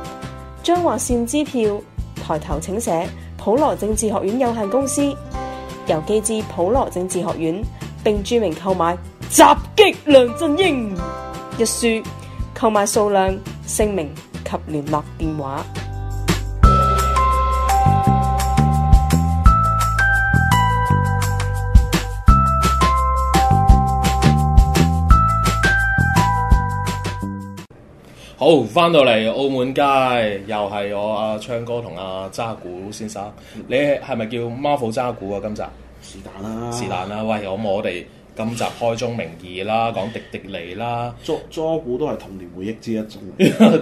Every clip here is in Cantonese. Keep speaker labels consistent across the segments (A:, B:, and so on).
A: 將劃線支票抬頭請寫普羅政治學院有限公司。郵寄至普羅政治學院，並注明購買《襲擊梁振英》一書，購買數量、姓名及聯絡電話。
B: 好，翻到嚟澳門街，又係我阿昌哥同阿渣古先生。你係咪叫 Marvel 渣古啊？今集
C: 是但啦，
B: 是但啦，喂，咁我哋今集開宗明義啦，講迪迪尼 啦，
C: 捉捉股都係童年回憶之一種。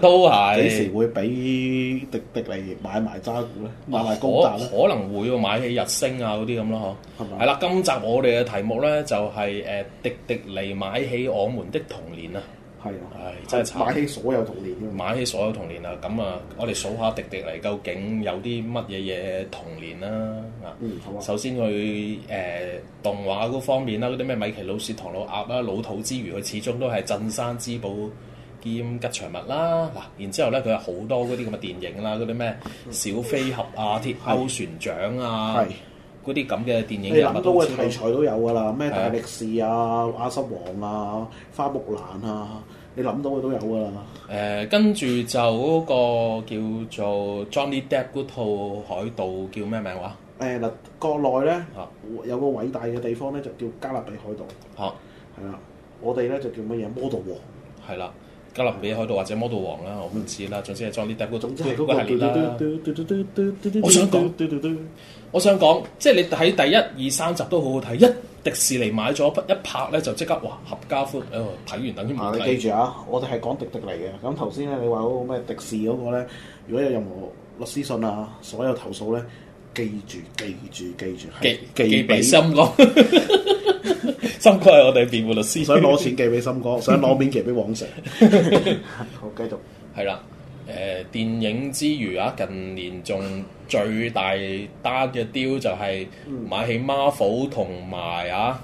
B: 都
C: 幾時
B: 係。
C: 會俾迪迪尼買埋渣股咧？買埋
B: 可
C: 高達咧？
B: 可能會喎買起日升啊嗰啲咁咯，嗬
C: 係。嘛
B: 係啦，今集我哋嘅題目咧就係誒迪迪尼買起我們的童年啊！
C: 係
B: 唉
C: 啊，
B: 真係慘
C: 買起所有童年㗎嘛。
B: 買起所有童年啦，咁啊，我哋數下迪迪尼究竟有啲乜嘢嘢童年啦啊！
C: 嗯，好啊。
B: 首先佢誒、呃、動畫嗰方面啦，嗰啲咩米奇老鼠、唐老鴨啦，老土之餘，佢始終都係鎮山之寶兼吉祥物啦。嗱，然之後咧，佢有好多嗰啲咁嘅電影啦，嗰啲咩小飛俠啊、鐵鉤船長啊
C: 係，
B: 嗰啲咁嘅電影
C: 你
B: 人
C: 諗
B: 物
C: 到
B: 都
C: 嘅
B: 知道
C: 題材都有㗎啦，咩
B: 係啊
C: 大力士啊、亞瑟王啊、花木蘭啊，你諗到嘅都有㗎啦。
B: 誒、跟住就嗰個叫做 Johnny Depp 嗰套海盜叫咩名話？
C: 誒嗱，國內咧
B: 啊
C: 有個偉大嘅地方咧，就叫加勒比海盜，
B: 嚇、
C: 係啦。我哋咧就叫乜嘢？魔盜王。
B: 係啦，加勒比海盜或者魔盜王啦，我唔知啦。總之係 Johnny Depp 嗰
C: 總之係嗰
B: 嗰系列啦。
C: 個。
B: 我想講我想講，即係你睇第一二三集都好好睇，一迪士尼買咗一拍咧就即刻哇合家歡，哎呦睇完等於
C: 啊！
B: 冇
C: 你記
B: 睇。
C: 住啊，我哋係講迪迪嚟嘅。咁頭先咧，你話嗰個咩迪士嗰個咧，如果有任何律師信啊，所有投訴咧，記住記住記住，係
B: 寄寄俾心哥， 心哥係我哋辯護律師。
C: 想攞錢寄俾森 哥，想攞面寄俾王 Sir。好，繼續。
B: 係啦，誒、電影之餘啊，近年仲最大單嘅 deal 就係
C: 嗯
B: 買起 Marvel 同埋啊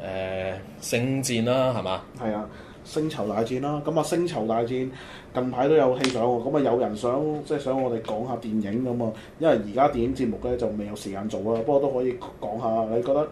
B: 誒、星戰啦，係嘛？
C: 係啊，星球大戰啦，咁啊星球大戰近排都有戲上喎，咁啊有人想即係想我哋講下電影咁啊，因為而家電影節目咧就未有時間做啊啦，不過都可以講下，你覺得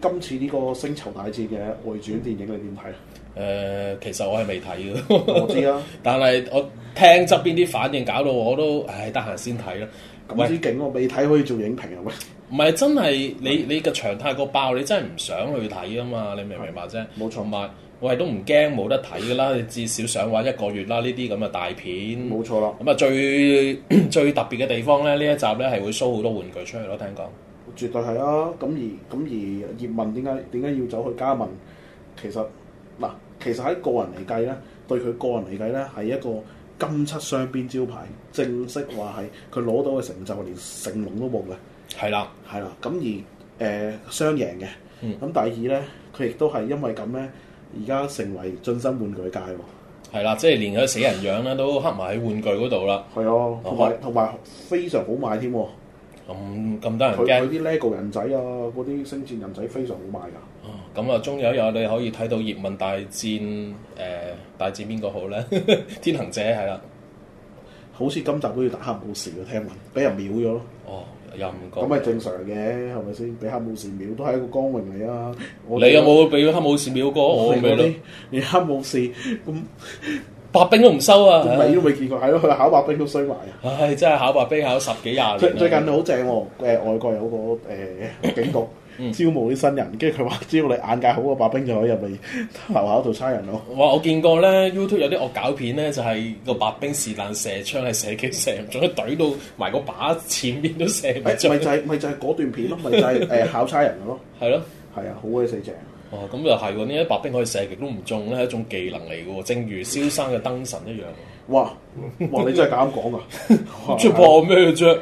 C: 今次呢個星球大戰嘅外傳電影你點睇？啊
B: 誒、呃其實我係未睇嘅。
C: 我知啊，
B: 但係我聽側邊啲反應，搞到我都唉得閒先睇啦。
C: 咁
B: 喂，
C: 之勁我未睇可以做影評啊喂，
B: 唔係真係你
C: 嗯
B: 你嘅場太過爆，你真係唔想去睇啊嘛？你明唔明白啫？
C: 冇錯
B: 同埋我係都唔驚冇得睇噶啦，你至少上畫一個月啦，呢啲咁嘅大片。
C: 冇錯啦，
B: 咁啊，最 最特別嘅地方咧，呢一集咧係會 show 好多玩具出去咯，聽講。
C: 絕對係啊，咁而咁而葉問點解點解要走去加盟？其實嗱，其實喺個人嚟計咧，對佢個人嚟計咧係一個金漆雙邊招牌，正式話係佢攞到嘅成就連成龍都冇嘅，
B: 係啦，
C: 係啦。咁而誒、呃雙贏嘅，咁、
B: 嗯
C: 第二咧，佢亦都係因為咁咧，而家成為晉身玩具界喎。
B: 係啦，即係連佢死人樣咧都黑埋喺玩具嗰度啦，
C: 係啊，同埋同埋非常好賣添喎，
B: 咁咁得人
C: 佢
B: 驚
C: 佢。啲 LEGO 人仔啊，嗰啲星戰人仔非常好賣㗎。
B: 哦咁啊，終有一日你可以睇到葉問大戰誒、呃大戰邊個好咧？ 天行者係啦，
C: 好似今集都要打黑武士嘅聽聞，俾人秒咗咯，
B: 哦又唔
C: 咁
B: 講。
C: 咪正常嘅，係咪先？俾黑武士秒都係一個光榮嚟啊！我哋
B: 你有冇俾黑武士秒過？我
C: 我
B: 未
C: 哋嗰
B: 咯
C: 啲，連黑武士咁
B: 白冰都唔收啊！
C: 個尾都未見過，係咯，佢考白兵都衰埋啊！
B: 唉，真係考白冰考十幾廿年啦。
C: 最最近好正喎，誒外國有個誒、
B: 嗯
C: 警局招募啲新人，跟住佢話只要你眼界好過白兵就可以入嚟樓下度差人咯。
B: 哇！我見過咧 YouTube 有啲惡搞片咧，就係、個白冰是但射槍係射極射唔中，佢懟到埋個靶前面都射唔
C: 咪咪就
B: 中，
C: 係、咪就係嗰段片咯，咪就係、誒、考差人嘅咯，
B: 係咯。
C: 係啊，好鬼死正。
B: 哦，咁又係喎！呢啲白冰可以射極都唔中咧，係一種技能嚟嘅喎，正如蕭生嘅燈神一樣。
C: 哇哇！ 你真係咁講啊！哇
B: 出怕咩啫？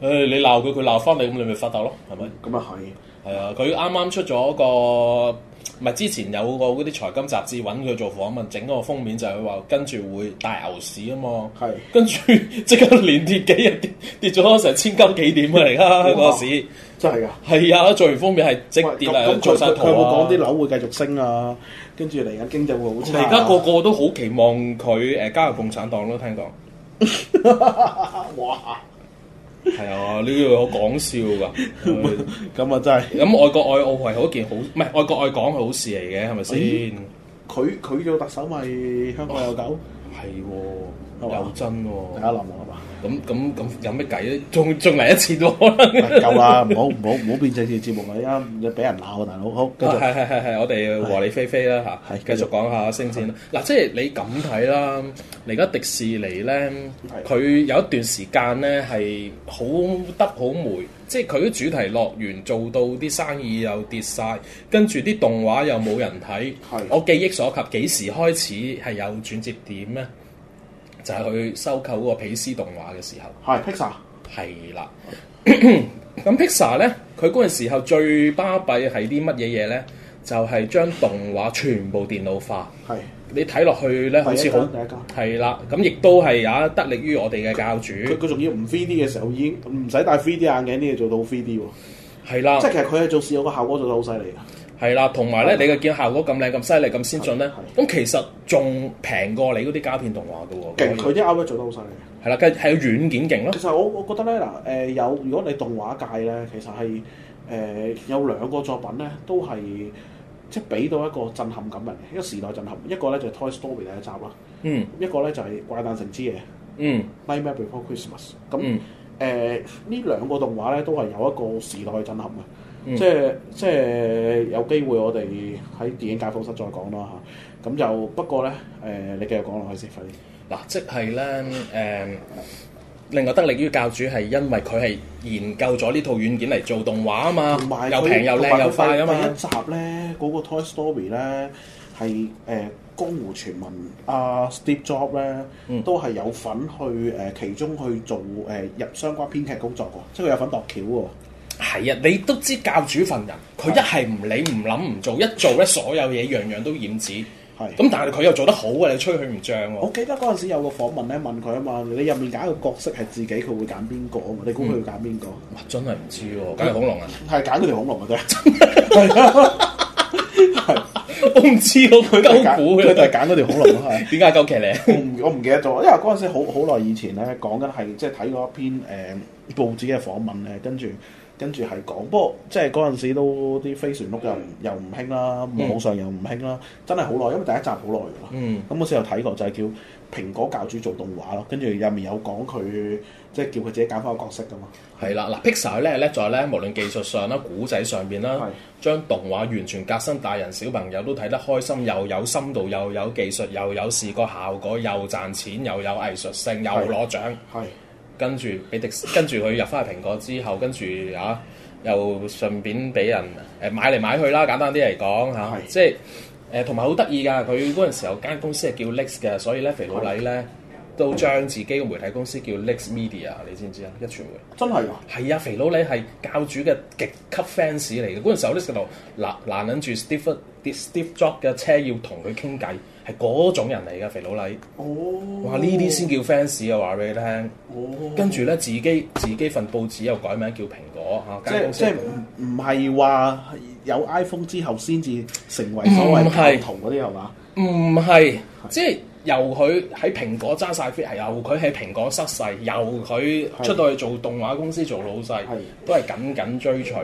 B: 唉、你鬧佢，佢鬧翻你，咁你咪發達咯，係咪？
C: 咁啊係。
B: 係啊，佢啱啱出咗個，唔係之前有個嗰啲財金雜誌揾佢做訪問，整嗰個封面就係話跟住會大牛市啊嘛。
C: 係
B: 跟住 即刻連跌幾日跌跌咗成千九幾點啊嚟啦嗰個市。
C: 真係㗎。
B: 係啊，做完封面係即
C: 喂
B: 跌
C: 咁
B: 啊
C: 咁，
B: 做
C: 佢
B: 晒
C: 佢
B: 圖
C: 佢有冇
B: 啊
C: 講。啲樓會繼續升啊？跟住嚟緊經濟會好差啊。
B: 而家個個都好期望佢誒加入共產黨咯，聽講。
C: 哇！
B: 係啊，呢個好講笑 㗎。
C: 咁啊真係。
B: 咁愛國愛澳係好一件好，唔係愛國愛港係好事嚟嘅，係咪先？
C: 咦佢佢做特首咪香港有狗，
B: 係
C: 哎係
B: 喎，
C: 嘛
B: 又真
C: 大
B: 喎。
C: 家諗啊 係嘛？
B: 咁咁咁有咩計咧？仲仲嚟一次喎，可能。
C: 喂夠啦，唔好唔好唔好變政治節目啊！而家你俾人鬧啊，大佬好繼
B: 啊
C: 續。
B: 係係係係，我哋和理非非啦嚇，繼
C: 係
B: 續講下星戰啦。嗱，即係你咁睇啦，嚟而家迪士尼咧，
C: 係
B: 佢有一段時間咧係好得好霉，即係佢啲主題樂園做到啲生意又跌晒，跟住啲動畫又冇人睇
C: 係。
B: 我記憶所及，幾時開始係有轉折點咧？就係佢收購嗰個皮斯動畫嘅時候。
C: 係 Pixar
B: 係啦。 咁 Pixar 咧，佢嗰陣時候最巴閉係啲乜嘢嘢咧？就係、將動畫全部電腦化。
C: 係
B: 你睇落去咧，好似好
C: 第一間
B: 係啦。咁亦都係啊，得力於我哋嘅教主。
C: 佢佢仲要唔 3D 嘅時候已經唔使戴 3D 眼鏡呢嘢做到 3D 喎，
B: 係啦
C: 即，係其實佢係做視覺嘅效果做得好犀利啊嘅，
B: 係啦。同埋咧，你嘅見效果咁靚、咁犀利、咁先進咧，
C: 係
B: 咁其實仲平過你嗰啲膠片動畫嘅喎。
C: 勁
B: 可
C: 佢
B: 以
C: 啲 outlet 做得好犀利。啊
B: 係啦，梗係係軟件勁咯
C: 其。實我我覺得咧嗱，誒、有如果你動畫界咧，其實係誒、有兩個作品咧，都係即係俾到一個震撼感人嘅一個時代震撼。一個咧就係 Toy Story 第一集啦，
B: 嗯
C: 一個咧就係怪誕城之夜
B: 嗯
C: Nightmare Before Christmas。咁
B: 嗯
C: 誒呢兩個動畫咧都係有一個時代嘅震撼嘅。
B: 嗯
C: 即係即係有機會我哋喺電影解剖室再講啦嚇，咁就不過咧誒、你繼續講落去先，快啲。
B: 嗱，即係咧誒，另外得力於教主係因為佢係研究咗呢套軟件嚟做動畫啊嘛
C: 同埋，
B: 又
C: 佢
B: 平又
C: 同
B: 靚
C: 埋
B: 又
C: 佢
B: 快啊嘛，
C: 第一集咧，嗰、個 Toy Story 咧係誒江湖傳聞，阿、Steve Jobs 咧、
B: 嗯
C: 都係有份去誒、其中去做誒、入相關編劇工作喎，即係佢有份度橋喎。
B: 係啊，你都知教主份人，佢一係唔理唔諗唔做，一做咧所有嘢樣樣都染指。
C: 係
B: 咁但係佢又做得好啊，你吹佢唔漲
C: 我
B: 喎。
C: 記得嗰陣時有個訪問咧問佢啊嘛，你入面揀個角色係自己，佢會揀邊個啊嘛？你估佢會揀邊個？
B: 哇，真係唔知喎，梗係恐龍啊！
C: 係揀嗰條恐龍嘅啫，係啊，係
B: 我唔知喎，佢
C: 佢就係
B: 鳩
C: 揀
B: 估
C: 佢就係啊
B: 嘅，
C: 揀嗰條恐龍咯，係。
B: 點解鳩騎呢？
C: 我唔我唔記得咗，因為嗰陣時好好耐以前咧講緊係即係睇過一篇誒、報紙嘅訪問咧，跟住跟住係講，不過即係嗰陣時都啲飛船屋又唔又唔興啦，
B: 嗯
C: 網上又唔興啦，真係好耐，因為第一集好耐㗎啦。
B: 嗯
C: 咁嗰時有睇過，就係叫蘋果教主做動畫咯，跟住入面有講佢即係叫佢自己揀翻個角色㗎嘛。
B: 係啦，嗱，Pixar 咧叻在咧，無論技術上啦、古仔上邊啦
C: 係，
B: 將動畫完全革新，大人小朋友都睇得開心，又有深度，又有技術，又有視覺效果，又賺錢，又有藝術性，又
C: 係
B: 攞獎。
C: 係
B: 跟住俾迪 士，跟住佢入翻去蘋果之後，跟住啊又順便俾人誒、買嚟買去啦，簡單啲嚟講嚇
C: 係，
B: 即係誒同埋好得意㗎。佢嗰陣時候間公司係叫 Lex 嘅，所以咧肥佬禮咧都將自己嘅媒體公司叫 Lex Media，你知唔知啊？一傳媒。
C: 真係㗎，
B: 係啊，肥佬你係教主嘅極級 fans 嚟嘅。嗰陣時候咧，就嗱嗱撚住 Steve Steve Jobs 嘅車要同佢傾偈，係嗰種人嚟嘅肥佬你。
C: 哦，
B: 哇！呢啲先叫 fans 啊，話俾你聽。
C: 哦，
B: 跟住咧，自己自己份報紙又改名叫蘋果嚇，
C: 即
B: 間
C: 係
B: 公司
C: 即係唔唔係話有 iPhone 之後先至成為所謂
B: 唔嗯係
C: 教徒嗰啲係嘛？
B: 唔係，即係由佢喺蘋果揸晒 fit，係由佢喺蘋果失勢，由佢
C: 係
B: 出到去做動畫公司做老細
C: 係，
B: 都係緊緊追隨。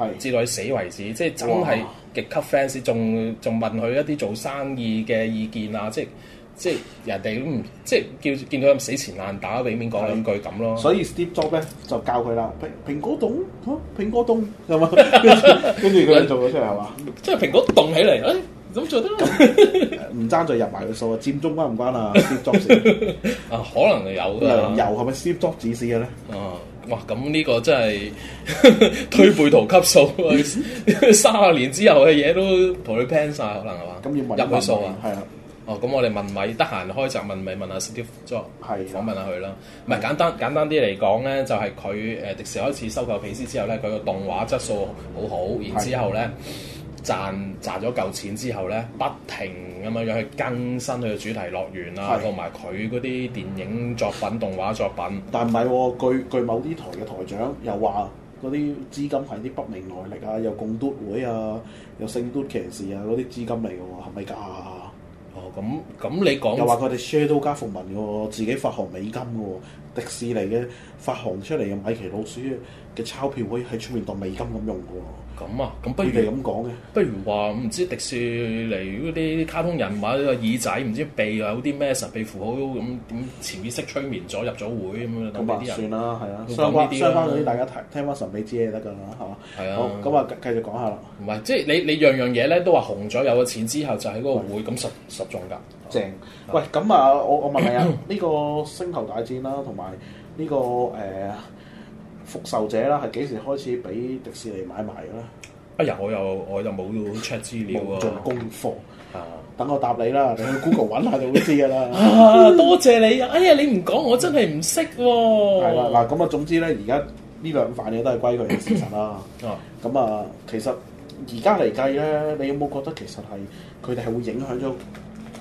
C: 係
B: 至到佢死為止，即係真係極級 fans，仲仲問佢一啲做生意嘅意見啊，即係即係人哋都唔即係叫見到佢咁死纏爛打，俾面講兩句咁咯。
C: 所以 Steve Jobs 咧就教佢啦，蘋蘋果凍嚇、蘋果凍 係嘛？跟住跟住佢就做咗出嚟係嘛？
B: 即係蘋果動起嚟，誒、哎咁做得啦。
C: 唔爭再入埋佢數啊！佔中關唔關啊？Steve Jobs 事
B: 啊，可能有㗎。
C: 梁油係咪 Steve Jobs 指使嘅咧？
B: 啊，哇！咁呢個真係 推背圖級 數，三十年之後嘅嘢都同佢 plan 晒，可能係嘛？
C: 咁要問一問
B: 入佢數啊！
C: 係啦，
B: 啊哦，咁我哋問米，得閒開集問米問下 Steve Jobs，
C: 係
B: 訪問下佢啦。唔係簡單簡單啲嚟講咧，就係佢誒呃迪士尼開始收購皮斯之後咧，佢個動畫質素好好，然之後咧賺賺咗嚿錢之後咧，不停咁樣樣去更新佢嘅主題樂園啦，
C: 係
B: 同埋佢嗰啲電影作品、動畫作品。
C: 但唔係喎，據據某啲台嘅台長又話嗰啲資金係啲不明來歷啊，又共嘟會啊，又聖嘟騎士啊嗰啲資金嚟嘅喎，係咪㗎？
B: 哦，咁咁你講
C: 又話佢哋 share 都加復文嘅喎，自己發行美金嘅喎，迪士尼嘅發行出嚟嘅米奇老鼠嘅鈔票可以喺出面當美金咁用嘅
B: 咁啊，咁不
C: 喎，佢哋
B: 如
C: 咁講嘅。
B: 不如話唔知迪士尼嗰啲卡通人物個耳仔唔知鼻又有啲咩神秘符號咁點潛意識催眠咗入咗會咁樣，等
C: 咁
B: 俾
C: 啊，
B: 啲人
C: 算啦，係啊，
B: 咁
C: 相
B: 講呢
C: 關
B: 啲
C: 相
B: 啦
C: 關嗰啲大家聽聽翻神秘之嘢得㗎啦，係嘛？
B: 係啊
C: 好，咁啊，繼繼續講下啦。
B: 唔係，即係你你樣樣嘢咧都話紅咗有咗錢之後就喺嗰個會
C: 嗯
B: 咁實實中㗎。
C: 正。喂，咁啊，我我問你啊， 呢個星球大戰啦，同埋呢個誒復仇者啦，係幾時開始俾迪士尼買埋嘅咧？
B: 哎呀，我又我又冇 check 資料
C: 冇做功
B: 喎。
C: 課，
B: 啊！
C: 等我答你啦，你去 Google 揾下就會知 㗎啦。
B: 啊，多謝你！哎呀，你唔講我真係唔識喎。
C: 係啦，嗱咁啊，總之咧，而家呢兩塊嘢都係歸佢嘅事實啦。
B: 嗱，啊，
C: 咁啊，其實而家嚟計咧，你有冇覺得其實係佢哋係會影響咗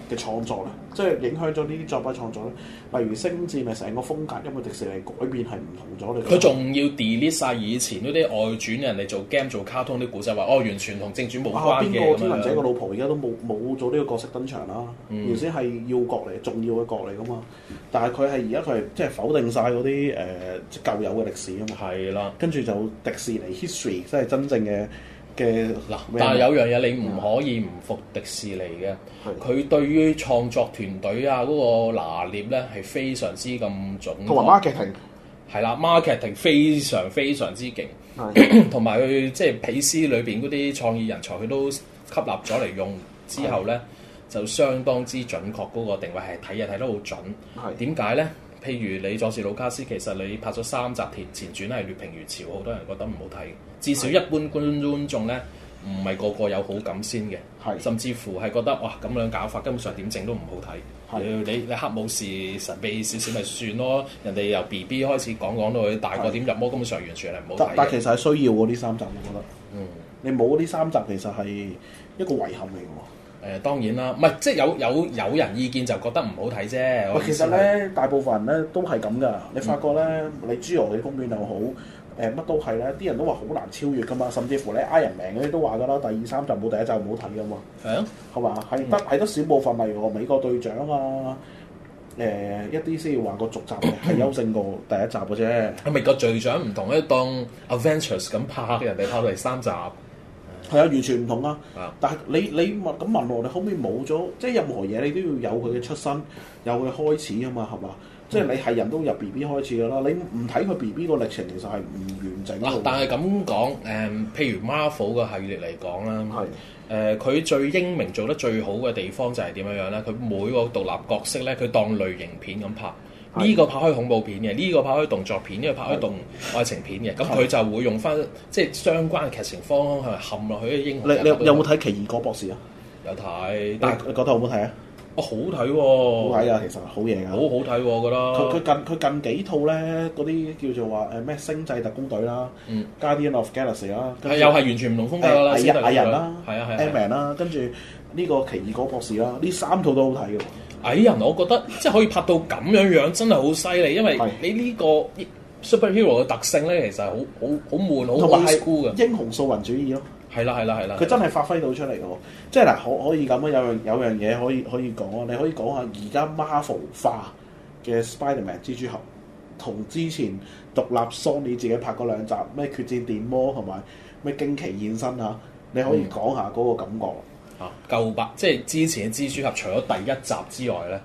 C: 嘅創作咧？即係影響咗呢啲作品創作咧。例如《星戰》咪成個風格，因為迪士尼改變係唔同咗你覺得。
B: 佢仲要 delete 晒以前嗰啲外傳人哋做 game 做卡通啲古仔話，哦，完全同正傳冇關
C: 啊！邊
B: 嘅
C: 個
B: 咁
C: 天能者個
B: 樣。
C: 老婆而家都冇冇做呢個角色登場啦，
B: 嗯
C: 原先係要角嚟，重要嘅角嚟噶嘛。但係佢係而家佢係即係否定晒嗰啲誒即係舊有嘅歷史啊嘛。
B: 係啦。
C: 跟住就迪士尼 history 即係真正嘅嘅
B: 嗱，
C: 咩啊
B: 但係有樣嘢你唔可以唔服迪士尼嘅
C: 係，
B: 佢對於創作團隊啊嗰個拿捏咧係非常之咁準確。
C: 同埋 marketing
B: 係啦，marketing 非常非常之勁，同埋佢即係皮斯裏邊嗰啲創意人才，佢都吸納咗嚟用之後咧，就相當之準確嗰個定位係睇嘢睇得好準。
C: 係
B: 點解咧？譬如你佐治魯卡斯，其實你拍咗三集前前傳係劣評如潮，好多人覺得唔好睇。至少一般觀觀眾咧，唔係個個有好感先嘅，
C: 係
B: 甚至乎係覺得哇咁樣搞法，根本上點整都唔好睇。
C: 係
B: 你你你黑武士神秘少少咪算咯，人哋由 B B 開始講講到佢大個
C: 係
B: 點入魔，根本上完全係唔好
C: 但但
B: 睇
C: 其
B: 嘅。
C: 實係需要喎呢三集，我覺得
B: 嗯，
C: 你冇呢三集其實係一個遺憾嚟嘅
B: 誒、呃當然啦，唔係即係有有有人意見就覺得唔好睇啫。
C: 喎。
B: 我
C: 喂，其實咧大部分人咧都係咁噶，你發覺咧你侏羅紀公園又好，誒乜都係咧，啲人都話好難超越噶嘛，甚至乎咧 Iron Man 嗰啲都話噶啦，第二三集冇第一集唔好睇噶嘛，
B: 係啊，
C: 係嘛？係得係得少部分，例如我美國隊長啊。誒、一啲先要話個續集 係優勝過第一集嘅啫，
B: 美國隊長唔同咧，當 Adventures 咁拍人哋拍到第三集
C: 係啊，完全唔同啊！
B: 啊。
C: 但係你你問咁問我，你可唔可以冇咗？即係任何嘢你都要有佢嘅出身，有佢開始啊嘛，係嘛？即係你係人都由 B B 開始㗎啦，你唔睇佢 B B 個歷程，其實係唔完整
B: 嗱、
C: 㗎喎。
B: 啊但係咁講，誒、譬如 Marvel 嘅系列嚟講啦，誒，佢、最英明做得最好嘅地方就係點樣樣咧？佢每個獨立角色咧，佢當類型片咁拍。
C: 係
B: 呢個拍開恐怖片嘅，呢、個拍開動作片，呢、個拍開動愛情片嘅，咁佢就會用翻即係相關嘅劇情方向去冚落去啲英雄
C: 你
B: 人物
C: 你
B: 嗰度。
C: 有有冇睇《奇異果博士》啊？
B: 有睇？但係
C: 你你覺得好唔好睇啊？
B: 我哦好睇
C: 好
B: 喎、
C: 睇啊，其實好嘢
B: 好
C: 㗎。
B: 好睇喎，我覺
C: 佢
B: 得。
C: 佢近佢近幾套咧，嗰啲叫做話誒咩星際特工隊啦，
B: 嗯
C: 《Guardian of Galaxy》啦，跟
B: 係
C: 住
B: 又係完全唔同風格㗎啦，
C: 誒
B: 先
C: 蟻
B: 得
C: 蟻人啦，
B: 係啊係啊係
C: a
B: 啊
C: Man 啦，跟住呢個奇異果博士啦，呢三套都好睇㗎喎。
B: 矮人，我覺得即係可以拍到咁樣樣，真係好犀利。因為
C: 係
B: 你呢個 superhero 嘅特性咧，其實係好好好悶，好
C: 同埋
B: old school
C: 係
B: 嘅。
C: 英雄素人主義咯，
B: 係啦，係啦，係啦。
C: 佢真係發揮到出嚟嘅喎。即係嗱，可可以咁啊，有樣有樣嘢可以可以講啊，你可以講下而家 Marvel 化嘅 Spider-Man 蜘蛛俠，同之前獨立 Sony 自己拍嗰兩集咩決戰電魔同埋咩驚奇現身啊，你可以講下嗰個感覺。
B: 啊，舊白即係之前嘅蜘蛛俠，除咗第一集之外咧，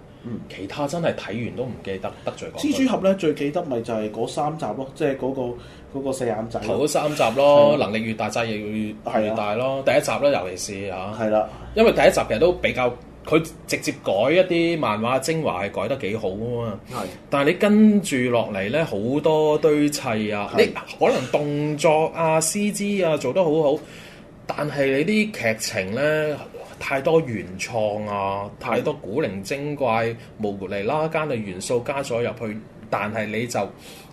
B: 其他真係睇完都唔記得得罪講句。
C: 嗯蜘蛛俠咧最記得咪就係嗰三集咯，即係嗰、個嗰、個四眼仔咯。
B: 頭嗰三集咯，
C: 係
B: 能力越大責任越
C: 係
B: 越
C: 啊
B: 大咯。第一集咧，尤其是啊嚇，
C: 係啦，
B: 因為第一集其實都比較佢直接改一啲漫畫精華係改得幾好啊嘛。
C: 係
B: 但係你跟住落嚟咧，好多堆砌啊，
C: 係
B: 你可能動作啊、CG 啊做得好好，但係你啲劇情咧太多原創啊，太多古靈精怪、無厘啦間嘅元素加咗入去，但係你就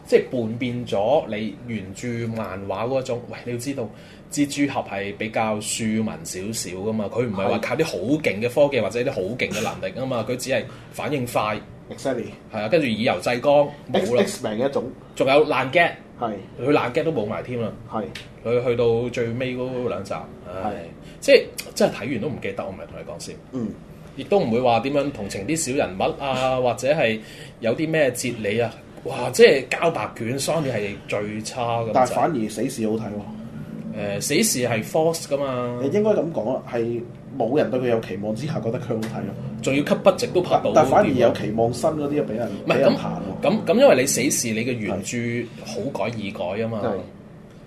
B: 即係叛變咗你原著漫畫嗰種。喂，你要知道蜘蛛俠係比較庶民少少噶嘛，佢唔係話
C: 係
B: 靠啲好勁嘅科技或者啲好勁嘅能力啊嘛，佢只係反應快，
C: exactly，X
B: 係啊，跟住以柔制剛冇啦，
C: X 名嘅一種
B: 仲有爛 get，
C: 係
B: 佢爛 get 都冇埋添啦。
C: 係
B: 佢去到最尾嗰兩集，唉，即係真係睇完都唔記得，我唔係同你講笑，
C: 嗯
B: 亦都唔會話點樣同情啲小人物 啊，或者係有啲咩哲理啊，哇！即係交白卷，Sony 係最差咁
C: 但
B: 就
C: 係反而死侍好睇喎，
B: 誒死侍係 force 噶嘛，
C: 應該咁講啦，啊係冇人對佢有期望之下覺得佢好睇咯，
B: 仲要吸筆值都拍
C: 但
B: 到，
C: 但反而有期望新嗰啲俾人
B: 唔
C: 俾
B: 係
C: 人
B: 咁
C: 彈喎，
B: 咁咁，因為你死侍你嘅原著好改易改啊嘛
C: 係，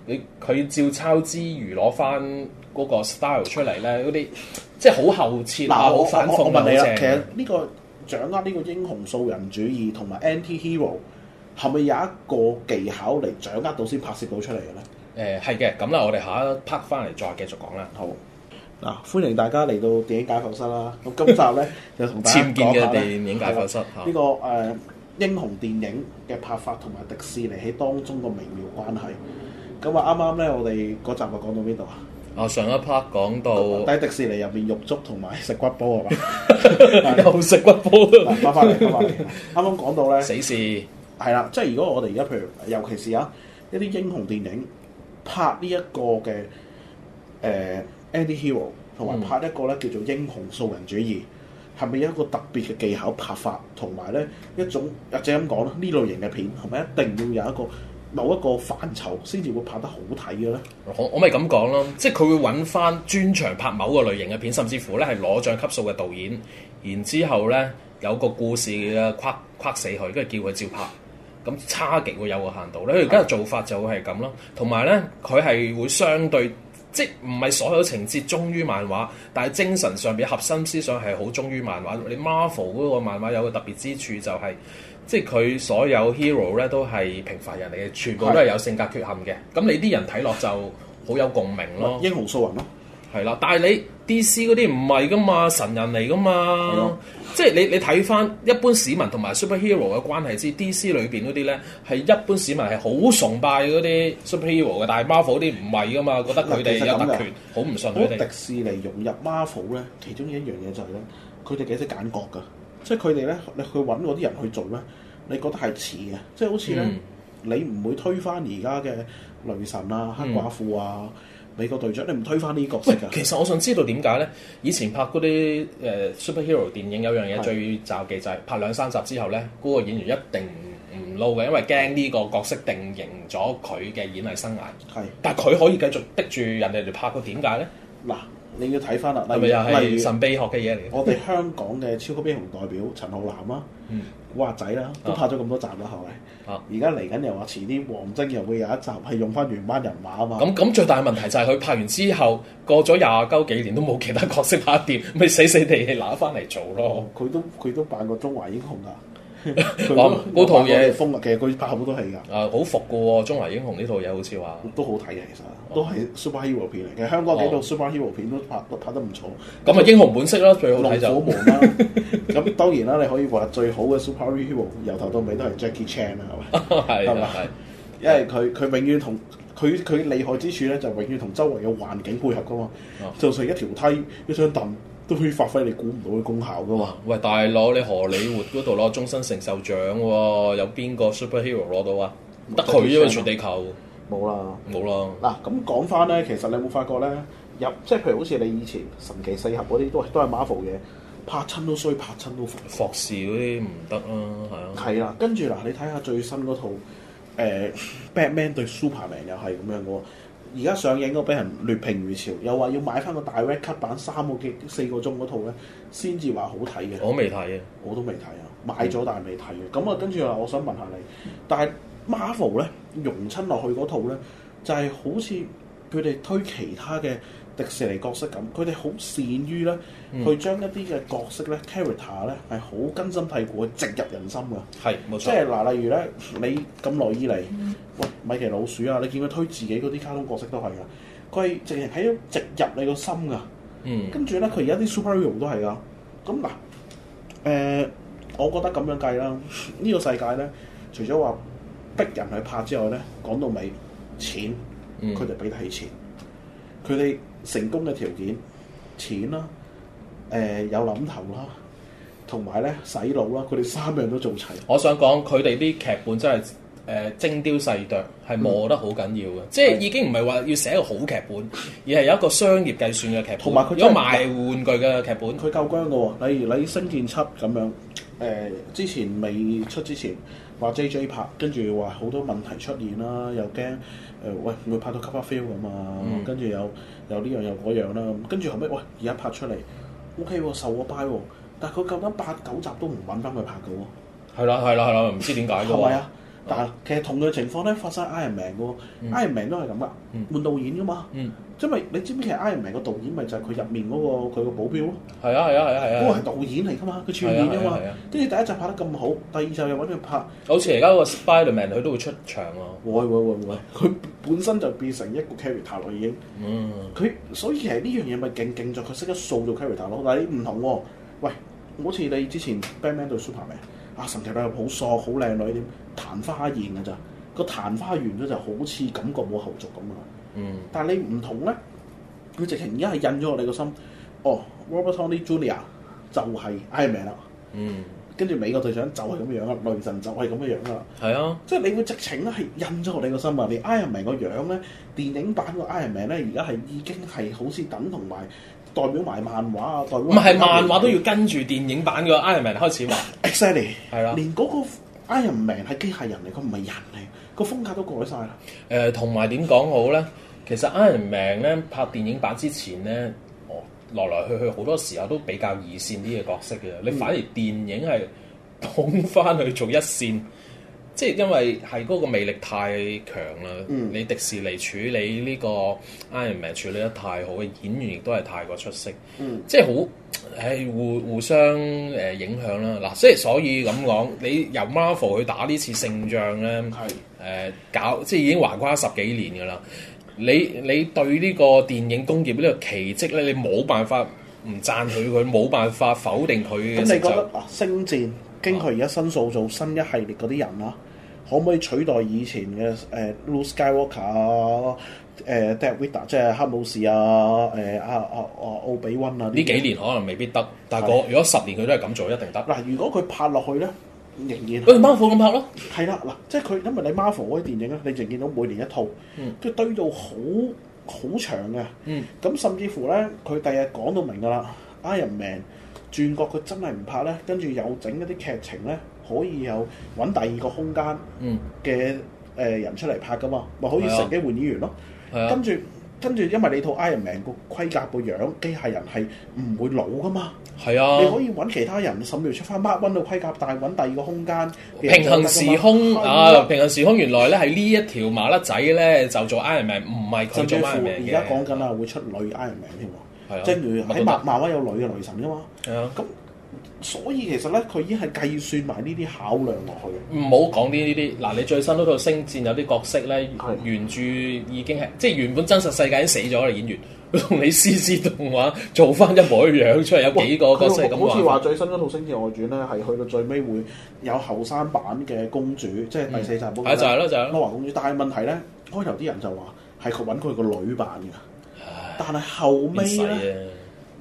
B: 你佢照抄之餘攞翻嗰個 style 出嚟咧，嗰啲即係好後設啊，
C: 嗱，我
B: 好
C: 我
B: 反
C: 我
B: 諷
C: 我
B: 啊，好
C: 問你啦，其實
B: 正。
C: 呢個掌握呢個英雄素人主義同埋 anti hero 係咪有一個技巧嚟掌握到先拍攝到出嚟嘅咧？
B: 誒係嘅，咁啦，我哋下一 part 翻嚟再繼續講啦。
C: 好。嗱，歡迎大家嚟到電影解放室啦！咁今集 咧就同大家
B: 僭建
C: 講
B: 嘅
C: 下呢
B: 電影解放室
C: 係啦
B: 嚇
C: 呢個誒英雄電影嘅拍法同埋迪士尼喺當中個微妙關係。咁啊，啱啱咧我哋嗰集就講到邊度啊？
B: 我哦上一 part 講到
C: 喺迪士尼入面肉粥同埋食骨煲 係嘛？
B: 又食骨煲
C: 嗱，翻返嚟，翻返嚟。啱啱講到咧。
B: 死侍，
C: 係啦，即係如果我哋而家譬如，尤其是啊一啲英雄電影拍呢一個嘅誒、呃 anti-hero，同埋
B: 嗯
C: 拍一個咧叫做英雄素人主義，係咪有一個特別嘅技巧拍法，同埋咧一種或者咁講啦，呢類型嘅片係咪一定要有一個某一個範疇先至會拍得好睇嘅咧？
B: 我我咪咁講咯，即係佢會揾翻專長拍某個類型嘅片，甚至乎咧係攞獎級數嘅導演，然之後咧有個故事嘅框框死佢，跟住叫佢照拍，咁差極會有個限度咧。佢而家嘅做法就會係咁咯，同埋咧佢係會相對。即係唔係所有情節忠於漫畫，但係精神上邊核心思想係好忠於漫畫。你 Marvel 嗰個漫畫有個特別之處就係、即係佢所有 hero 咧都係平凡人嚟嘅，全部都係有性格缺陷嘅。咁你啲人睇落就好有共鳴咯，
C: 英雄素人咯，
B: 係啦。但係你 DC 嗰啲唔係噶嘛，神人嚟噶嘛
C: 咯，
B: 即係你你睇翻一般市民同埋 superhero 嘅關係之，DC 裏邊嗰啲咧係一般市民係好崇拜嗰啲 superhero 嘅，但係 Marvel 嗰啲唔係噶嘛，覺得佢哋有特權，好唔信
C: 我
B: 佢
C: 覺
B: 哋
C: 得迪。士尼融入 Marvel 咧，其中一樣嘢就係咧，佢哋幾識揀角㗎，即係佢哋咧，你去揾嗰啲人去做咧，你覺得係似嘅，即係好似咧，
B: 嗯
C: 你唔會推翻而家嘅雷神啊、黑寡婦啊、美國隊長，你唔推翻呢啲角色
B: 嗯喂，
C: 㗎
B: 其。實我想知道點解咧？以前拍嗰啲誒 superhero 電影有樣嘢
C: 係
B: 最罩忌就係拍兩三集之後咧，嗰、個演員一定唔唔撈嘅，因為驚呢個角色定型咗佢嘅演藝生涯。
C: 係
B: 但係佢可以繼續逼住人哋嚟拍，佢點解咧？
C: 嗱，你要睇翻啦，
B: 係
C: 例
B: 咪又
C: 如例
B: 係
C: 如
B: 神秘學嘅嘢嚟嘅？
C: 我哋香港嘅超級英雄代表陳浩南啦、
B: 嗯
C: 古惑仔啦，都
B: 啊
C: 拍咗咁多集啦，係咪？
B: 啊
C: 而家嚟緊又話遲啲王晶又會有一集係用翻原班人馬啊嘛。
B: 咁咁最大嘅問題就係佢拍完之後過咗廿鳩幾年都冇其他角色拍掂， 咪死死地氣拿翻嚟做咯。
C: 佢都佢都扮過中華英雄㗎，
B: 哦
C: 佢
B: 嗰套嘢
C: 風啊，其實佢拍好多戲㗎，
B: 啊，好服嘅喎，《中華英雄》呢套嘢好似話。
C: 都好睇嘅其實，都係 superhero 片嚟嘅。香港幾套 superhero 片都拍都拍得唔錯，
B: 咁啊，英雄本色啦，最好
C: 嗯龍
B: 睇就
C: 虎。門啦， 咁當然啦，你可以話最好嘅 superhero 由頭到尾都係 Jackie Chan 啦，係咪？哦
B: 係
C: 係
B: 係
C: 嘛
B: 係。
C: 因為佢佢永遠同佢佢厲害之處咧，就永遠同周圍嘅環境配合㗎嘛
B: 哦，
C: 就算一條梯一張凳都可以發揮你估唔到嘅功效㗎嘛。
B: 喂，大佬，你荷里活嗰度攞終身成就獎喎、有邊個 superhero 攞到啊？得佢啫嘛，全地球
C: 哦冇啦。
B: 冇啦。
C: 嗱，咁講翻咧，其實你有冇發覺咧？入即係譬如好似你以前神奇四俠嗰啲，都係都係 Marvel 嘢，拍親都衰，拍親都煩。
B: 霍士嗰啲唔得啦，係啊。
C: 係啦，跟住嗱，你睇下最新嗰套誒、呃 Batman 對 Superman 又係咁樣嘅喎。而家上映嗰個俾人劣評如潮，又話要買翻個大 red cut 版三個幾四個鐘嗰套咧，先至話好睇嘅。
B: 我未睇啊，
C: 我都未睇啊，買咗但係未睇
B: 嗯
C: 嘅。咁啊，跟住啊，我想問下你，但係 Marvel 咧融親落去嗰套咧，就係、好似佢哋推其他嘅迪士尼角色咁，佢哋好善於咧、
B: 嗯
C: 去將一啲嘅角色咧 character 咧係好根深蒂固，植入人心㗎。
B: 係冇
C: 即
B: 錯。嗯
C: 係嗱，例如咧，你咁耐以嚟，喂米奇老鼠啊，你見佢推自己嗰啲卡通角色都係㗎，佢係直情喺度植入你個心㗎。
B: 嗯
C: 跟住咧，佢而家啲 superhero 都係噶。咁嗱，誒、我覺得咁樣計啦，呢、個世界咧，除咗話逼人去拍之外咧，講到尾錢，
B: 嗯
C: 佢哋俾得起錢，佢哋成功嘅條件，錢啦，誒、有諗頭啦，同埋咧洗腦啦，佢哋三樣都做齊。
B: 我想講佢哋啲劇本真係誒、呃精雕細琢，係磨得好緊要嘅，
C: 嗯
B: 即係已經唔係話要寫一個好劇本，而係有一個商業計算嘅劇本，
C: 同埋佢
B: 有
C: 真係
B: 賣玩具嘅劇本。
C: 佢夠姜嘅喎，例如你星戰七咁樣，誒、之前未出之前話 J J 拍，跟住話好多問題出現啦，又驚誒、喂會唔會拍到 cover feel 咁啊
B: 嗯，
C: 跟住又又呢樣又嗰樣啦，咁跟住後尾喂而家拍出嚟 O K 喎，受我 buy 喎，但係佢夠膽八九集都唔揾翻佢拍嘅喎。
B: 係啦係啦係啦，唔知點解嘅
C: 係咪
B: 喎。
C: 啊？但係其實同樣情況咧，發生喺 Iron Man 嘅喎、i r o n Man 都係咁噶，啊
B: 嗯
C: 換導演噶嘛。
B: 嗯，
C: 因為你知唔知其實 Iron Man 個導演咪就係佢入面嗰、個佢個保鏢咯，
B: 係啊係啊係啊
C: 嗰個
B: 係
C: 係
B: 啊，
C: 導演嚟噶嘛，佢串演噶嘛
B: 係啊係啊係啊。
C: 跟住第一集拍得咁好，第二集又揾佢拍，
B: 好似而家個 Spiderman 佢都會出場喎。
C: 喂喂喂喂，佢 本身就變成一個 character 咯已經。
B: 嗯，
C: 佢所以其實呢樣嘢咪勁勁在佢識得塑造 character 咯，但係你唔同喎。喂，好似你之前 Batman 對 Superman，啊神奇女俠好索好靚女點，曇花現㗎咋，個曇花完咗就好似感覺冇後續咁啊。
B: 嗯，
C: 但係你唔同咧，佢直情而家係印咗我哋個心，哦，Robert Downey Jr. 就係 Iron Man 啦，
B: 嗯，
C: 跟住美國隊長就係咁樣啦，雷神就係咁樣啦。
B: 係啊，
C: 即係你會直情咧係印咗我哋個心啊！你 Iron Man 個樣咧，電影版個 Iron Man 咧，而家係已經係好似等同埋代表埋漫畫啊，代表
B: 唔係漫畫都要跟住電影版嘅 Iron Man 開始畫。
C: exactly
B: 係啦
C: 連嗰個 Iron Man 係機械人嚟，佢唔係人嚟，個風格都改晒啦。
B: 誒呃同埋點講好咧？其實 Iron Man 咧拍電影版之前咧，我來來去去好多時候都比較二線啲嘅角色嘅，你反而電影係捧翻去做一線，即係因為係嗰個魅力太強啦。
C: 嗯
B: 你迪士尼處理呢個 Iron Man 處理得太好嘅演員亦都係太過出色，
C: 嗯
B: 即係好。誒互互相誒、影響啦，嗱，即係所以咁講，你由 Marvel 去打呢次勝仗咧，
C: 係
B: 誒、搞即係已經橫跨十幾年㗎啦。你你對呢個電影工業呢個奇蹟咧，你冇辦法唔讚佢，佢冇辦法否定佢嘅
C: 咁你
B: 成
C: 覺
B: 就。
C: 得嗱，星戰經佢而家新塑造新一系列嗰啲人啦，可唔可以取代以前嘅誒、呃 Luke Skywalker 啊、誒 Dead Widow 即係黑武士啊、誒啊啊啊奧比温啊
B: 呢幾年可能未必得，但係個如果十年佢都係咁做，一定得。
C: 嗱，如果佢拍落去咧，仍然
B: 喂，貓虎咁拍咯，
C: 係啦，嗱，即係佢因為你 Marvel 嗰啲電影咧，你淨見到每年一套，佢堆到好好長嘅，咁、
B: 嗯
C: 甚至乎咧，佢第日講到明㗎啦，Iron Man 轉角佢真係唔拍咧，跟住又整一啲劇情咧，可以有揾第二個空間
B: 嗯，
C: 嘅誒人出嚟拍㗎嘛，咪可以
B: 係啊
C: 乘機換演員咯，
B: 係啊
C: 跟，住。跟住，因為你套 Iron Man 個盔甲個樣，機械人係唔會老㗎嘛，
B: 係
C: 你可
B: 啊，
C: 以揾其他人，甚至乎出翻 Mark One 嘅規格，但係揾第二個空間，
B: 平行時空
C: 係
B: 啊，平行時空原來咧係呢一條馬甩仔咧就做 Iron Man，唔係佢
C: 甚至
B: 做
C: 乎
B: Iron Man
C: 而家講緊
B: 啦，
C: 啊，會出女 Iron Man 添
B: 係啊
C: 喎，正如
B: 乜
C: 喺
B: 都
C: 漫
B: 得
C: 漫威有女嘅雷神噶嘛，
B: 係啊。
C: 咁所以其實咧，佢已經係計算埋呢啲考量落去嘅。
B: 唔好講呢啲，嗱你最新嗰套《星戰》有啲角色咧
C: 係，
B: 原著已經係即係原本真實世界已經死咗啦，演員佢同你 C C 動畫做翻一模一樣出嚟，有幾個角色係咁
C: 佢好似話
B: 玩。
C: 最新嗰套《星戰外傳》咧，係去到最尾會有後生版嘅公主，即係第四集嗰個
B: 嗯係就係咯就係咯
C: 諾華公主。但係問題咧，開頭啲人就話係佢揾佢個女版嘅，但係後尾
B: 變細
C: 咧。
B: 啊！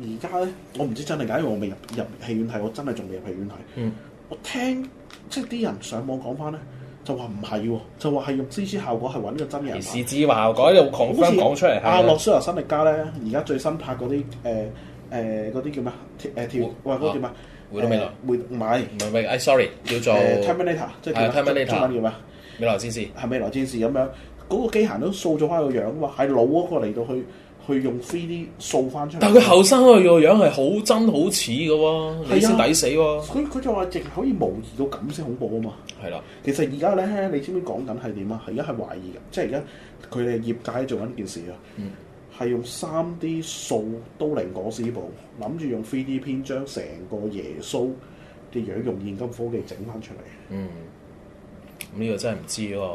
C: 而家咧，我唔知真定假，因為我未入入戲院睇，我真係仲未入戲院睇。
B: 嗯
C: 我聽即係啲人上網講翻咧，就話唔係喎，就話係用 C G 效果係揾個真人
B: 而
C: 拍。
B: 史志華講又狂翻講出嚟係
C: 阿洛
B: 啊
C: 舒華辛力加咧，而家最新拍嗰啲誒誒嗰啲叫咩啊？跳誒跳，
B: 回
C: 喂嗰個叫咩啊？
B: 回到未來
C: 誒回唔係
B: 唔係唔係，哎 sorry，叫做
C: 誒 Terminator，即係叫
B: 係
C: 咩
B: 啊 Terminator
C: 中文叫咩啊？
B: 未來戰士。
C: 係未來戰士咁樣，嗰、個機械人都塑造翻個樣嘛，係老嗰個嚟到去去用 three D 掃翻出嚟。
B: 但佢後生嗰個樣係好真好似嘅
C: 啊
B: 喎，你先抵死喎。
C: 佢佢就話淨係可以模擬到咁先恐怖啊嘛！
B: 係啦，
C: 其實而家咧，你知唔知講緊係點啊？而家係懷疑嘅，即係而家佢哋業界做緊件事啊，係、用三 D 掃都靈裹屍布，諗住用 3D 片將成個耶穌嘅樣用現今科技整翻出嚟。
B: 嗯，咁呢個真係唔知喎。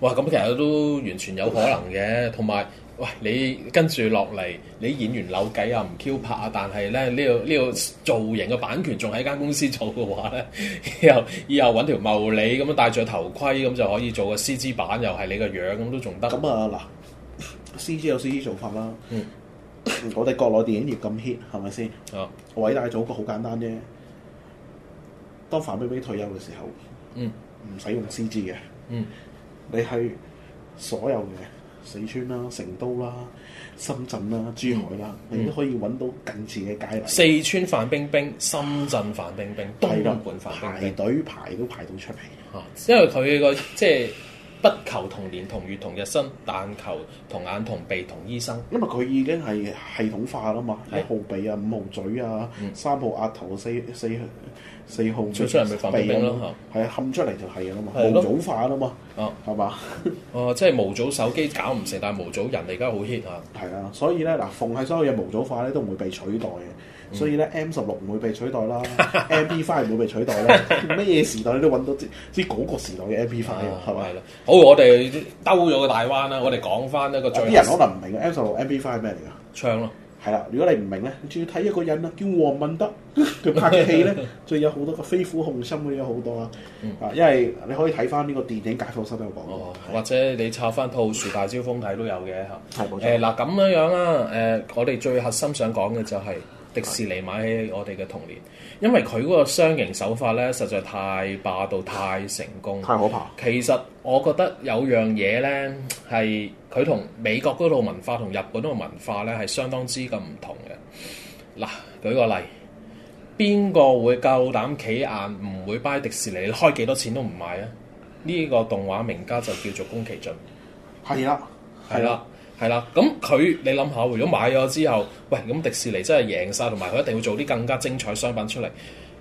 B: 哇，咁其實都完全有可能嘅，同埋喂，你跟住落嚟，你演員扭計啊，唔 Q 拍啊，但係咧呢個呢、個造型嘅版權仲喺間公司做嘅話咧， 以後以後揾條茂利咁樣戴住個頭盔咁就可以做個 CG 版，又係你個樣咁都仲得。
C: 咁啊嗱，C G 有 C G 做法啦。
B: 嗯
C: 我哋國內電影業咁 hit 係咪先？
B: 啊，
C: 偉大祖國好簡單啫。當范冰冰退休嘅時候，
B: 嗯
C: 唔使用 C G 嘅，
B: 嗯
C: 你去所有嘅四川啦、成都啦、深圳啦、珠海啦，你都可以揾到近似嘅佳麗。
B: 嗯四川范冰冰、深圳范冰冰、東
C: 係啦
B: 莞范冰
C: 排
B: 冰。
C: 隊排都排到出嚟。
B: 啊，因為佢個即係不求同年同月同日生，但求同眼同鼻同醫生。
C: 因為佢已經係系統化啦嘛，一
B: 係
C: 號鼻啊、五號嘴啊、
B: 嗯
C: 三號額頭、四四四號
B: 最出人咪范冰冰咯
C: 鼻啊，係啊冚出嚟就係啊嘛，
B: 係
C: 模
B: 咯
C: 組化啦嘛，
B: 啊
C: 係嘛？
B: 哦、即係模組手機搞唔成，但係模組人哋而家好 hit 啊！
C: 係啊，所以咧嗱，逢係所有嘢模組化咧都唔會被取代
B: 嗯
C: 嘅，所以咧 M 十六唔會被取代 啦，MP five 唔會被取代啦，乜嘢時代你都揾到即即嗰個時代嘅 MP five
B: 啊
C: 係咪？
B: 啦，好，我哋兜咗個大彎啦，我哋講翻一個最
C: 啊有啲人可能唔明 M 十六 MP five 咩嚟㗎？
B: 唱咯，
C: 係啦，如果你唔明咧，你仲要睇一個人啊，叫黃文德， 佢拍嘅 戲咧，仲有好多個飛虎雄心嗰啲有好多啊，啊，因為你可以睇翻呢個電影解放室都有講
B: 嗯哦
C: 過，，
B: 或者你抄翻套《樹大招風睇》都有嘅嚇。
C: 係
B: 誒
C: 冇錯，
B: 嗱咁樣樣啦，誒、我哋最核心想講嘅就係迪士尼買起我哋嘅童年，因為佢嗰個雙贏手法咧，實在太霸道、太成功。
C: 太啊可怕，
B: 其實我覺得有樣嘢呢，係佢同美國嗰度文化同日本嗰度文化呢係相當之咁唔同嘅。嗱，舉個例，邊個會夠膽企硬唔會 buy 迪士尼？開幾多錢都唔買啊！呢、個動畫名家就叫做宮崎駿，
C: 係啦，
B: 係啦。係啦，咁佢你諗下，如果買咗之後，喂，咁迪士尼真係贏晒，同埋佢一定要做啲更加精彩商品出嚟。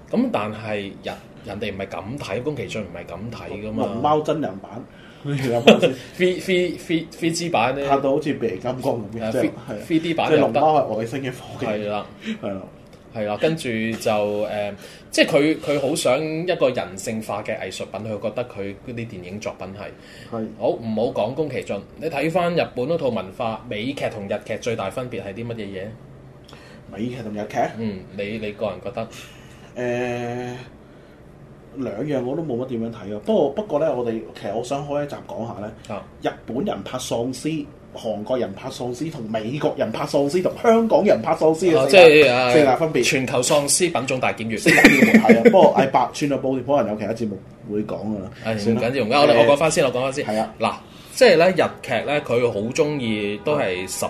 B: 咁但係人人哋唔係咁睇，宮崎駿唔係咁啊睇噶嘛。
C: 龍貓真人 版， 你諗下
B: three three three three D 版咧
C: 先，拍到好似鼻金剛咁
B: 誒
C: 嘅，即係
B: ，three
C: 係啊
B: three D 版
C: 即係
B: 又
C: 龍
B: 得，
C: 貓係外星嘅科技，
B: 係啦
C: 係啦，
B: 係啦，跟住就誒、即係佢佢好想一個人性化嘅藝術品，佢覺得佢嗰啲電影作品係
C: 係
B: 好唔好講宮崎駿？你睇翻日本嗰套文化，美劇同日劇最大分別係啲乜嘢嘢？
C: 美劇同日劇，
B: 嗯，你你個人覺得？
C: 誒兩樣我都冇乜點樣睇啊，不過不過咧，我哋其實我想開一集講下咧。
B: 啊，
C: 日本人拍喪屍、韓國人拍喪屍、同美國人拍喪屍、同香港人拍喪屍嘅
B: 啊
C: 四
B: 即
C: 大
B: 係誒
C: 四大分別。
B: 全球喪屍品種大檢
C: 四
B: 閱。
C: 大節目係啊，不過係白穿啊，報可能有其他節目會講噶啦。
B: 誒
C: 算
B: 唔
C: 啦
B: 緊要，唔緊要，我哋
C: 誒
B: 我講翻先，我講翻先。
C: 係啊，
B: 嗱，即係咧日劇咧，佢好中意都係十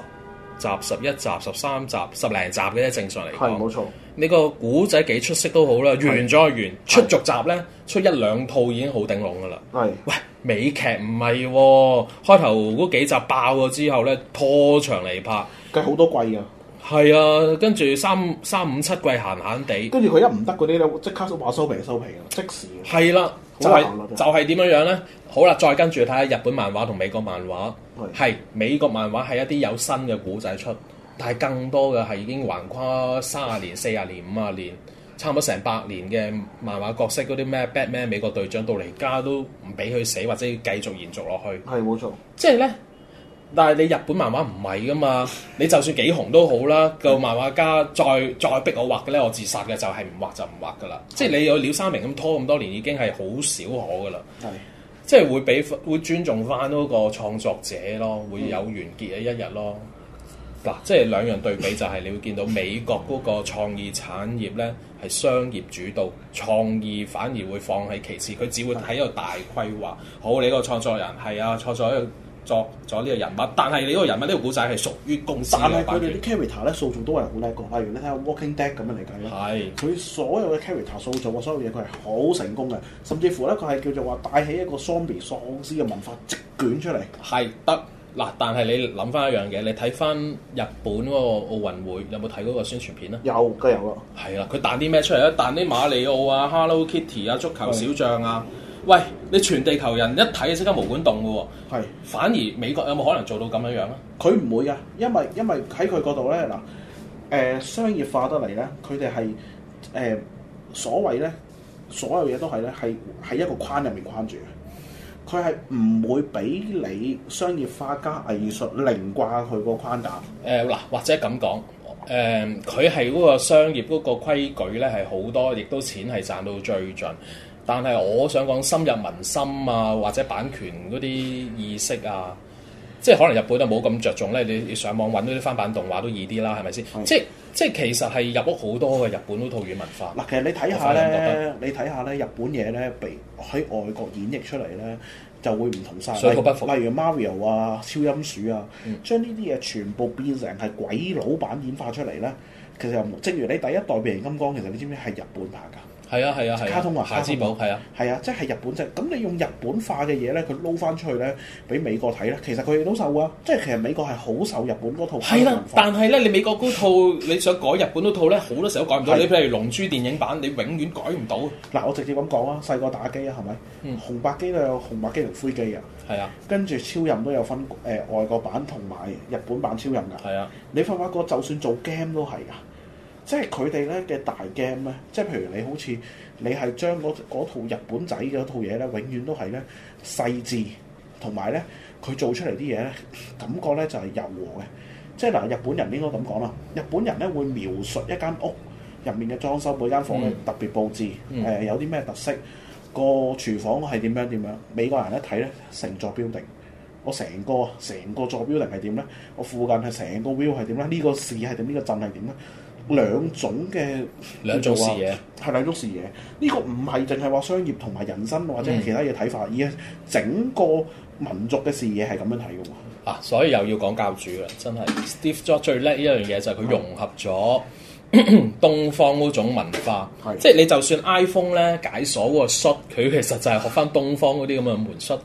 B: 集、十一集、十三集、十零集嘅啫，正常嚟講。
C: 錯。
B: 你個古仔幾出色都好啦，完咗就完，出續集咧出一兩套已經好頂籠噶啦。
C: 係
B: 喂，美劇唔係喎，開頭嗰幾集爆咗之後咧，拖長嚟拍。
C: 計好多季㗎，
B: 係啊，跟住三三五七季閒閒地，
C: 跟住佢一唔得嗰啲咧，即刻話收皮收皮㗎，即時㗎。
B: 係啦，就
C: 好
B: 係、
C: 難啊
B: 就係點樣樣咧？好啦，再跟住睇下日本漫畫同美國漫畫，
C: 係
B: 係美國漫畫係一啲有新嘅古仔出，但係更多嘅係已經橫跨三十年、四十年、五十年，差唔多成百年嘅漫畫角色嗰啲咩 Batman 美國隊長到嚟家都唔俾佢死，或者要繼續延續落去。
C: 係冇錯。
B: 即係咧，但係你日本漫畫唔係噶嘛，你就算幾紅都好啦，個漫畫家再再逼我畫嘅咧，我自殺嘅就係唔畫就唔畫噶啦。即係你有廖三明咁拖咁多年，已經係好少可噶啦。
C: 係
B: 即係會俾會尊重翻嗰個創作者咯，會有完結嘅一日咯。嗱，即係兩樣對比就係你會見到美國嗰個創意產業咧係商業主導，創意反而會放喺其次，佢只會喺一個大規劃。好，你個創作人係啊，創作一個作咗呢個人物，但係你嗰個人物呢個古仔係屬於公司啊
C: 但係
B: 嘅
C: 佢
B: 版
C: 哋啲
B: 權，
C: character 咧塑造都係好叻㗎，例如你睇下 Walking Dead 咁樣嚟計啦。
B: 係
C: 佢所有嘅 character 塑造啊，所有嘢佢係好成功嘅，甚至乎咧佢係叫做話帶起一個 zombie 喪屍嘅文化席捲出嚟。
B: 係得。嗱，但係你諗翻一樣嘢，你睇翻日本嗰個奧運會，有冇睇嗰個宣傳片啊？
C: 有，梗有啦。
B: 係啦，佢彈啲咩出嚟咧？彈啲馬里奧啊、Hello Kitty 啊、足球小將啊。喂，你全地球人一睇就即刻毛管動嘅喎。
C: 係，
B: 反而美國有冇可能做到咁樣啊樣咧？
C: 佢唔會噶，因為因為喺佢嗰度咧嗱，誒、商業化得嚟咧，佢哋係誒所謂咧，所有嘢都係咧係喺一個框入面框住嘅。佢係唔會俾你商業化加藝術凌掛佢個框架。
B: 誒嗱、或者咁講，誒佢係嗰個商業嗰個規矩咧係好多，亦都錢係賺到最盡。但係我想講深入民心啊，或者版權嗰啲意識啊，即係可能日本都冇咁着重咧。你你上網揾嗰啲翻版動畫都易啲啦，係咪先？即係即係其實係入屋好多嘅日本嗰套語文化。
C: 嗱，其實你睇
B: 我
C: 下
B: 反而覺
C: 咧
B: 得，
C: 你睇下咧，日本嘢咧被喺外國演繹出嚟咧，就會唔同晒。
B: 水土不服嗯
C: 例如 Mario 啊、超音鼠啊，將呢啲嘢全部變成係鬼佬版演化出嚟咧，其實又唔正如你第一代變形金剛，其實你知唔知係日本拍㗎？
B: 係啊係啊係啊，
C: 卡通啊
B: 夏之寶
C: 卡
B: 係啊，
C: 係啊，即係日本啫。咁你用日本化嘅嘢咧，佢撈翻出去咧，俾美國睇咧，其實佢哋都受啊。即係其實美國係好受日本嗰套
B: 係
C: 文
B: 啦
C: 化。。
B: 但係咧，你美國嗰套你想改日本嗰套咧，好多時候都改唔到。
C: 係
B: 你譬如《龍珠》電影版，你永遠改唔到。
C: 嗱，我直接咁講啊，細個打機啊，係咪？
B: 嗯
C: 紅白機都有紅白機同灰機啊。
B: 係啊
C: 跟住超任都有分誒、呃外國版同埋日本版超任㗎。
B: 係啊，
C: 你發唔發覺就算做 game 都係㗎，即係佢哋咧嘅大 game 咧，即係譬如你好似你係將嗰嗰套日本仔嗰套嘢咧，永遠都係咧細緻，同埋咧佢做出嚟啲嘢咧感覺咧就係柔和嘅。即係嗱，日本人應該咁講啦，日本人咧會描述一間屋入面嘅裝修，每間房嘅
B: 嗯
C: 特別佈置，誒、
B: 嗯
C: 有啲咩特色，個廚房係點樣點樣。美國人一睇咧，成座 building，我成個成個座 building 係點咧？我附近係成個 view 係點咧？呢、個市係點？呢、個鎮係點咧？兩種嘅
B: 兩種
C: 叫做
B: 視
C: 話
B: 野。
C: 係兩種視野。呢、個唔係淨係話商業同埋人生或者係其他嘢睇法，而係整個民族嘅視野係咁樣睇嘅喎。
B: 啊，所以又要講教主啦，真係 Steve Jobs 最叻一樣嘢就係佢融合咗 東方嗰種文化
C: 係，
B: 即係你就算 iPhone 咧解鎖嗰個 shot，佢其實就係學翻東方嗰啲咁嘅門 shot。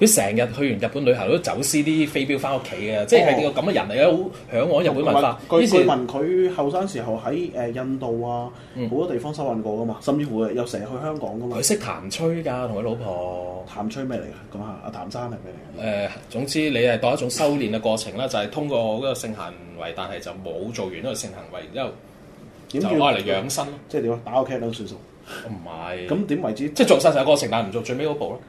B: 佢成日去完日本旅行都走私啲飛鏢翻屋企嘅，即係呢個咁嘅人嚟嘅，好向往日本文化。
C: 據
B: 於
C: 據
B: 是
C: 聞佢後生時候喺誒印度啊，
B: 嗯
C: 好多地方收運過噶嘛，甚至乎有成日去香港噶嘛
B: 佢。識彈吹㗎，同佢老婆。
C: 譚吹咩嚟㗎？講下阿譚生係咩嚟㗎？
B: 誒、總之你係當一種修練嘅過程啦，就係、通過嗰個性行為，但係就冇做完嗰個性行為，之後
C: 點
B: 就
C: 叫
B: 攞嚟養生咯。哦
C: 即係點啊？打個 cat 都算數。
B: 唔係。
C: 咁點為之？
B: 即
C: 即
B: 係做晒成個過程，但係唔做最尾嗰步咯。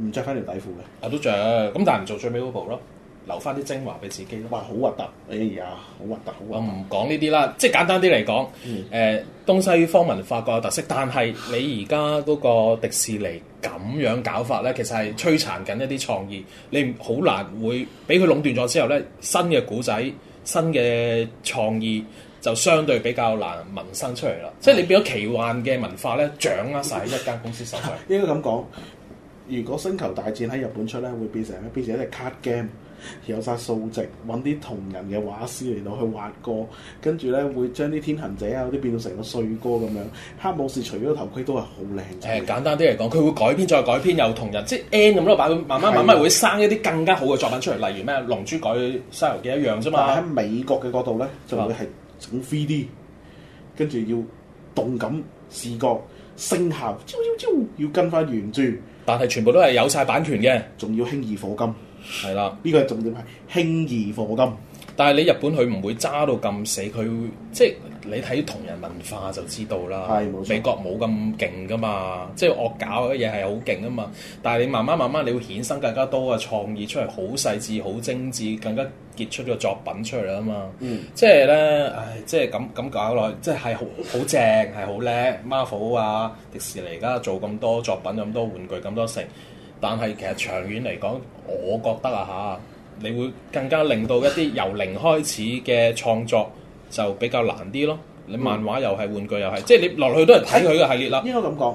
C: 唔着翻條底褲嘅。
B: 啊都着，咁但係唔做最尾嗰步咯，留翻啲精華俾自己咯。
C: 哇！好核突！哎呀，好核突，
B: 我
C: 好核突。
B: 唔講呢啲啦，即係簡單啲嚟講，誒、
C: 嗯
B: 東西方文化各有特色，但係你而家嗰個迪士尼咁樣搞法咧，其實係摧殘緊一啲創意，你唔好難會俾佢壟斷咗之後咧，新嘅古仔、新嘅創意就相對比較難萌生出嚟啦。即係你變咗奇幻嘅文化咧，掌握晒喺一間公司手上。
C: 應該咁講，如果星球大戰喺日本出咧，會變成變成一隻 card game，有晒數值，揾啲同人嘅畫師嚟到去畫歌，跟住咧會將啲天行者啊嗰啲變到成個帥哥咁樣。黑武士除咗個頭盔都係好靚
B: 誒啊
C: 仔。
B: 簡單啲嚟講，佢會改編再改編，又同人即係 N 咁咯，擺佢慢慢
C: 係
B: 慢慢會生一啲更加好嘅作品出嚟，例如咩《龍珠》改《西遊記》一樣啫
C: 但係
B: 嘛。
C: 喺美國嘅角度咧，就會係整 3D，跟住要動感視覺聲效，啾啾啾，要跟翻原著，
B: 但係全部都係有晒版權嘅，
C: 仲要輕易火金。
B: 係啦。
C: 呢個係重點係輕易火金。
B: 但係你日本佢唔會揸到咁死，佢會即係你睇同人文化就知道啦
C: 係冇。錯
B: 美國冇咁勁噶嘛，即係惡搞嘅嘢係好勁啊嘛。但係你慢慢慢慢，你會衍生更加多嘅創意出嚟，好細緻、好精緻，更加傑出嘅作品出嚟啊嘛。
C: 嗯，
B: 即係咧，唉，即係咁咁搞落去，即係係好好正，係好叻。Marvel 啊，迪士尼而家做咁多作品、咁多玩具、咁多成，但係其實長遠嚟講，我覺得啊嚇，你會更加令到一啲由零開始嘅創作就比較難啲咯。你
C: 嗯
B: 漫畫又係，玩具又係，即係你落去都係睇佢嘅系列啦。
C: 應該咁講，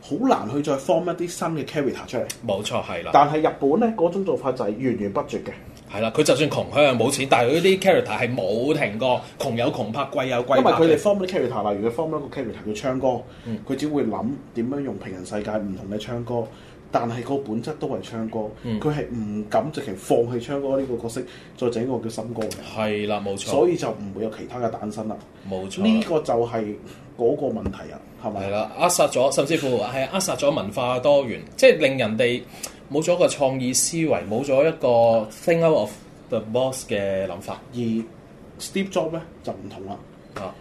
C: 好難去再 form 一啲新嘅 character 出嚟。
B: 冇錯，係啦，
C: 但係日本咧嗰種做法就係源源不絕嘅。
B: 係啦。佢就算窮，佢係冇錢，但係佢啲 character 係冇停過，窮有窮拍，貴有貴拍嘅。
C: 因為佢哋 form 啲 character，例如佢 form 一個 character 叫槍哥，佢、
B: 嗯
C: 只會諗點樣用平行世界唔同嘅槍哥，但係個本質都係槍哥，
B: 嗯
C: 佢係唔敢直情放棄槍哥呢個角色，再整一個叫森哥嘅，
B: 係啦，冇錯，
C: 所以就唔會有其他嘅誕生啦。
B: 冇錯啦。
C: 呢個就係嗰個問題啊，係
B: 係
C: 咪？
B: 啦，扼殺咗，甚至乎係扼殺咗文化多元，即係令人哋冇咗個創意思維，冇咗一個 think out of the box 嘅諗法
C: 而 Steve Jobs 咧就唔同啦。
B: 啊！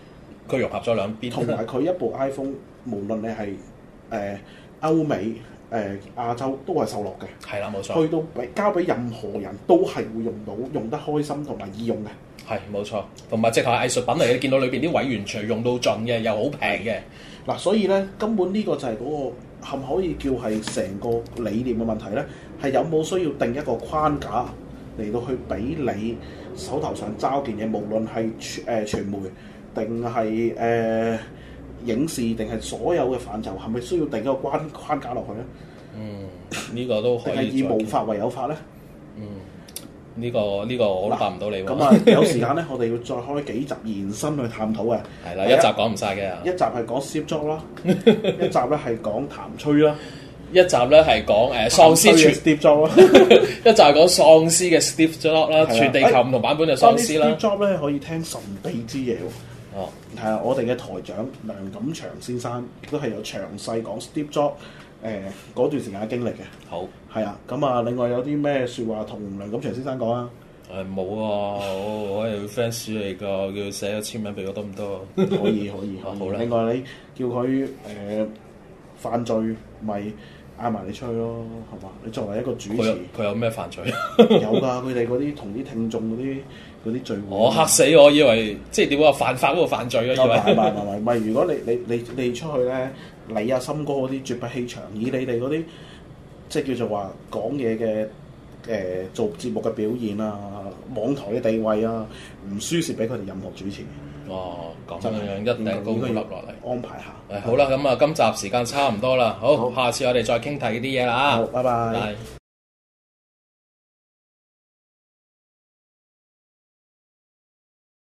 B: 佢融合咗兩邊，
C: 同埋佢一部 iPhone，無論你係誒、呃、歐美誒亞洲都係受落嘅。
B: 係啦，冇錯，
C: 去到俾交俾任何人都係會用到，用得開心同埋易用嘅。
B: 係冇錯，同埋直頭係藝術品嚟嘅，你見到裏邊啲位完全用到盡嘅，又好平嘅，
C: 嗱，所以咧根本呢個就係嗰、個可唔可以叫係成個理念嘅問題咧，係有冇需要定一個框架嚟到去俾你手頭上揸件嘢，無論係傳誒傳媒定係誒影視定係所有嘅範疇，係咪需要定一個框框架落去咧？
B: 嗯，呢、個都
C: 定
B: 可
C: 係
B: 以
C: 以
B: 再
C: 無法為有法咧？
B: 呢、個呢、個我都答唔到你喎。
C: 咁啊， 有時間咧，我哋要再開幾集延伸去探討嘅。啊
B: 係啦，一集講唔晒嘅。
C: 一集係講 Steve Jobs 啦，一集咧係講譚吹啊啦，
B: 一集咧係講誒喪屍
C: 譚吹嘅
B: 傳，
C: Steve Jobs 啦。
B: 一集係講喪屍嘅 Steve Jobs 啦，
C: 係啊
B: 全地球唔同版本嘅喪屍啦
C: Steve。Jobs 咧可以聽神秘之夜喎。
B: 哦，
C: 係啊，我哋嘅台長梁錦祥先生都係有詳細講 Steve Jobs 誒嗰段時間嘅經歷嘅。
B: 好，
C: 係啊，咁啊，另外有啲咩説話同梁錦祥先生講啊？
B: 誒冇啊，我我係 fans 嚟噶，叫佢寫個簽名俾我得唔得啊？
C: 可以可以，
B: 啊好啦
C: 另外你叫佢誒、呃犯罪，咪嗌埋你出去咯，係嘛？你作為一個主
B: 佢有
C: 持。
B: 佢有咩犯罪？
C: 有㗎，佢哋嗰啲同啲聽眾嗰啲嗰啲聚會。
B: 我嚇死我，以為即係點啊犯法嗰個犯罪啊，以
C: 唔係唔
B: 為
C: 係唔係唔係，如果你你你你出去咧，你啊森哥嗰啲絕不氣場，以你哋嗰啲即係叫做話講嘢嘅誒做節目嘅表現啊，網台嘅地位啊，唔輸蝕俾佢哋任何主持，
B: 哦咁
C: 真係
B: 樣一頂高高
C: 應該
B: 立
C: 要
B: 落嚟。
C: 安排下。
B: 誒好啦，咁啊，今集時間差唔多啦，好，
C: 好
B: 下次我哋再傾睇啲嘢啦，啊
C: 好，拜拜。
B: 拜。